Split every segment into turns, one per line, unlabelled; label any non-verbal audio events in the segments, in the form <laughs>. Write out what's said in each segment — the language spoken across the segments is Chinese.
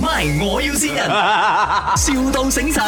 MY，我要
<laughs>
先人，,笑到醒神。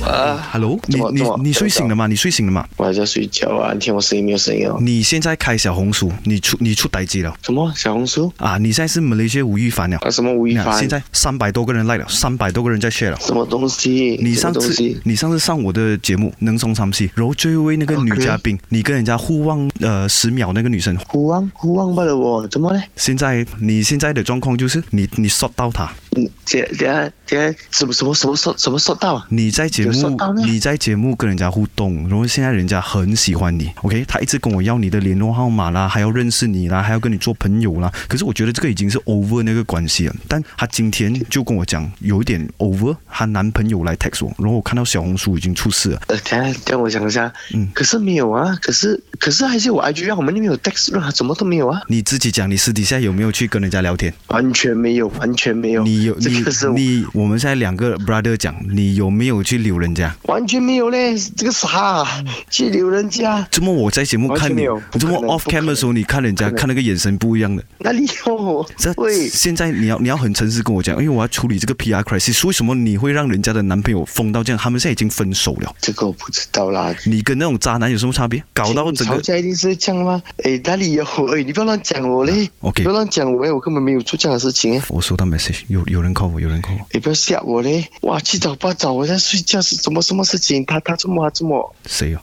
啊，
Hello，
怎
你
么
你
怎么
你睡醒了吗？你睡醒了吗？
我还在睡觉啊！你听我声音没有声音哦？
你现在开小红书，你出你出呆机了
什么小红书
啊！你现在是马来西亚吴亦凡了，
啊？什么吴亦
你看
凡？
现在三百多个人来了，三百多个人在 share 了。
什么东西？
你
什
上
么东
次
西
你上次上我的节目《能松三西》，然后最后一位那个
OK
女嘉宾你跟人家互望呃十秒那个女生，
胡忘胡忘罢了我，怎么嘞？
现在你现在的状况就是你你 shot 到她，
嗯，等等下等下什么什么什么说什么说到啊？
你在节
有 shot
目
到咩
你在节目跟人家互动，然后现在人家很喜欢你，OK，她一直跟我要你的联络号码啦，还要认识你啦，还要跟你做朋友啦。可是我觉得这个已经是 over 那个关系了，但她今天就跟我讲有一点 over，她男朋友来 text 我，然后我看到小红书已经出事了，
呃，等下等下我想一下。
嗯
可是没有啊，可是可是还是我 IG 让我们那边有 text 啊，怎么都没有啊？
你自己讲你私底下有没有去跟人家聊天？
完全没有，完全没有。
你有
这
你
个是
你，我们现在两个 brother 讲，你有没有去留人家？
完全没有嘞，这个傻
嗯
去留人家
怎么我在节目
完全
看
没
你
有，不
怎么
可能
off
不可
cam 的时候你看人家
不可能
看那个眼神不一样的。
哪里有？
这
喂，
现在你要你要很诚实跟我讲，因为我要处理这个 PR crisis。为什么你会让人家的男朋友疯到这样？他们现在已经分手了，
这个我不知道啦，
你跟那种渣男有什么差别？搞到整
吵
个
架一定是这样吗？哎，哪里有？哎，你不要乱讲我嘞、
OK
不要乱讲我嘞，我根本没有做这样的事情哎。
我收到 message，有有人 call 我，有人 call 我，
你不要吓我嘞！哇，七早八早我在睡觉是怎么什么事情？他他这么他这么
谁哦？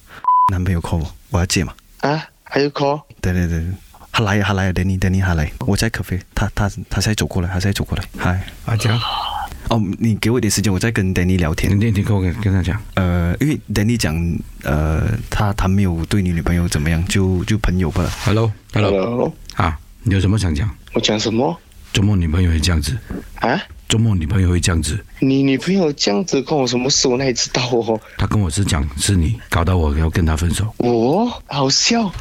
男朋友 call 我，我要接嘛？
啊？还有 call
对对对，他来他来，等你等你他来，我在咖啡，他他他现在走过来，他现在走过来，嗨。
阿娇，
哦，你给我一点时间，我再跟 Danny 聊
你
天。
你你跟我跟跟他讲，
呃，因为 Danny 讲，呃，他他没有对你女朋友怎么样，就就朋友罢了。
Hello Hello
Hello
啊，你有什么想讲？
我讲什么
周末女朋友会这样子，
啊？
周末女朋友会这样子。
你女朋友这样子关我什么事？我哪里知道哦？
她跟我是讲是你搞到我要跟她分手，
我好笑，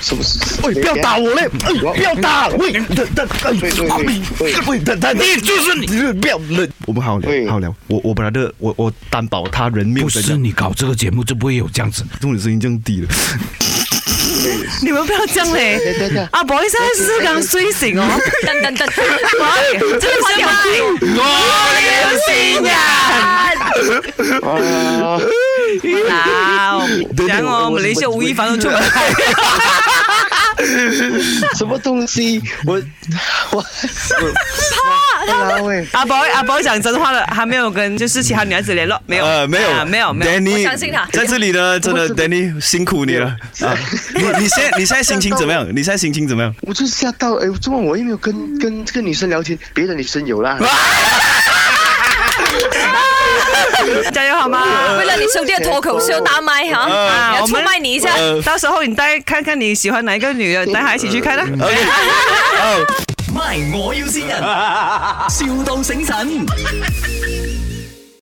什么事？喂，不要打我嘞！
哎
不要打！喂，等等等，喂喂喂，
我们好好
对
聊，好好聊。我我本来的，我我担保他人没有
不
怎
是
样，
你搞这个节目就不会有这样子。
这种声音这样低了。
<laughs>
你们不要这样
对对对
<laughs> 嘞！阿 boy 现在是刚睡醒哦，
等等等，
喂，这是什么？我有新人，
啊！
好，然后我们雷秀吴亦凡都出不来。
什么东西？我我我怕他喂！
阿 boy 阿 boy 讲真话了，还没有跟就是其他女孩子联络，没有？
呃，没有，
啊没有，没有。
Danny
我相信他
在这里呢，真的，Danny 辛苦
<laughs>
你了啊！你你现在你现在心情怎么样？你现在心情怎么
<laughs>
样？
我就吓到，哎，昨晚我又没有跟跟这个女生聊天，别的女生有啦。
加油好吗？
啊为了你兄弟的脱口秀大卖哈，
啊
你要
我
出
们
卖你一下。
呃
到时候你带看看你喜欢哪一个女的，带她一起去看啦。
，OK，哦。
MY，我要先人，,笑到醒神。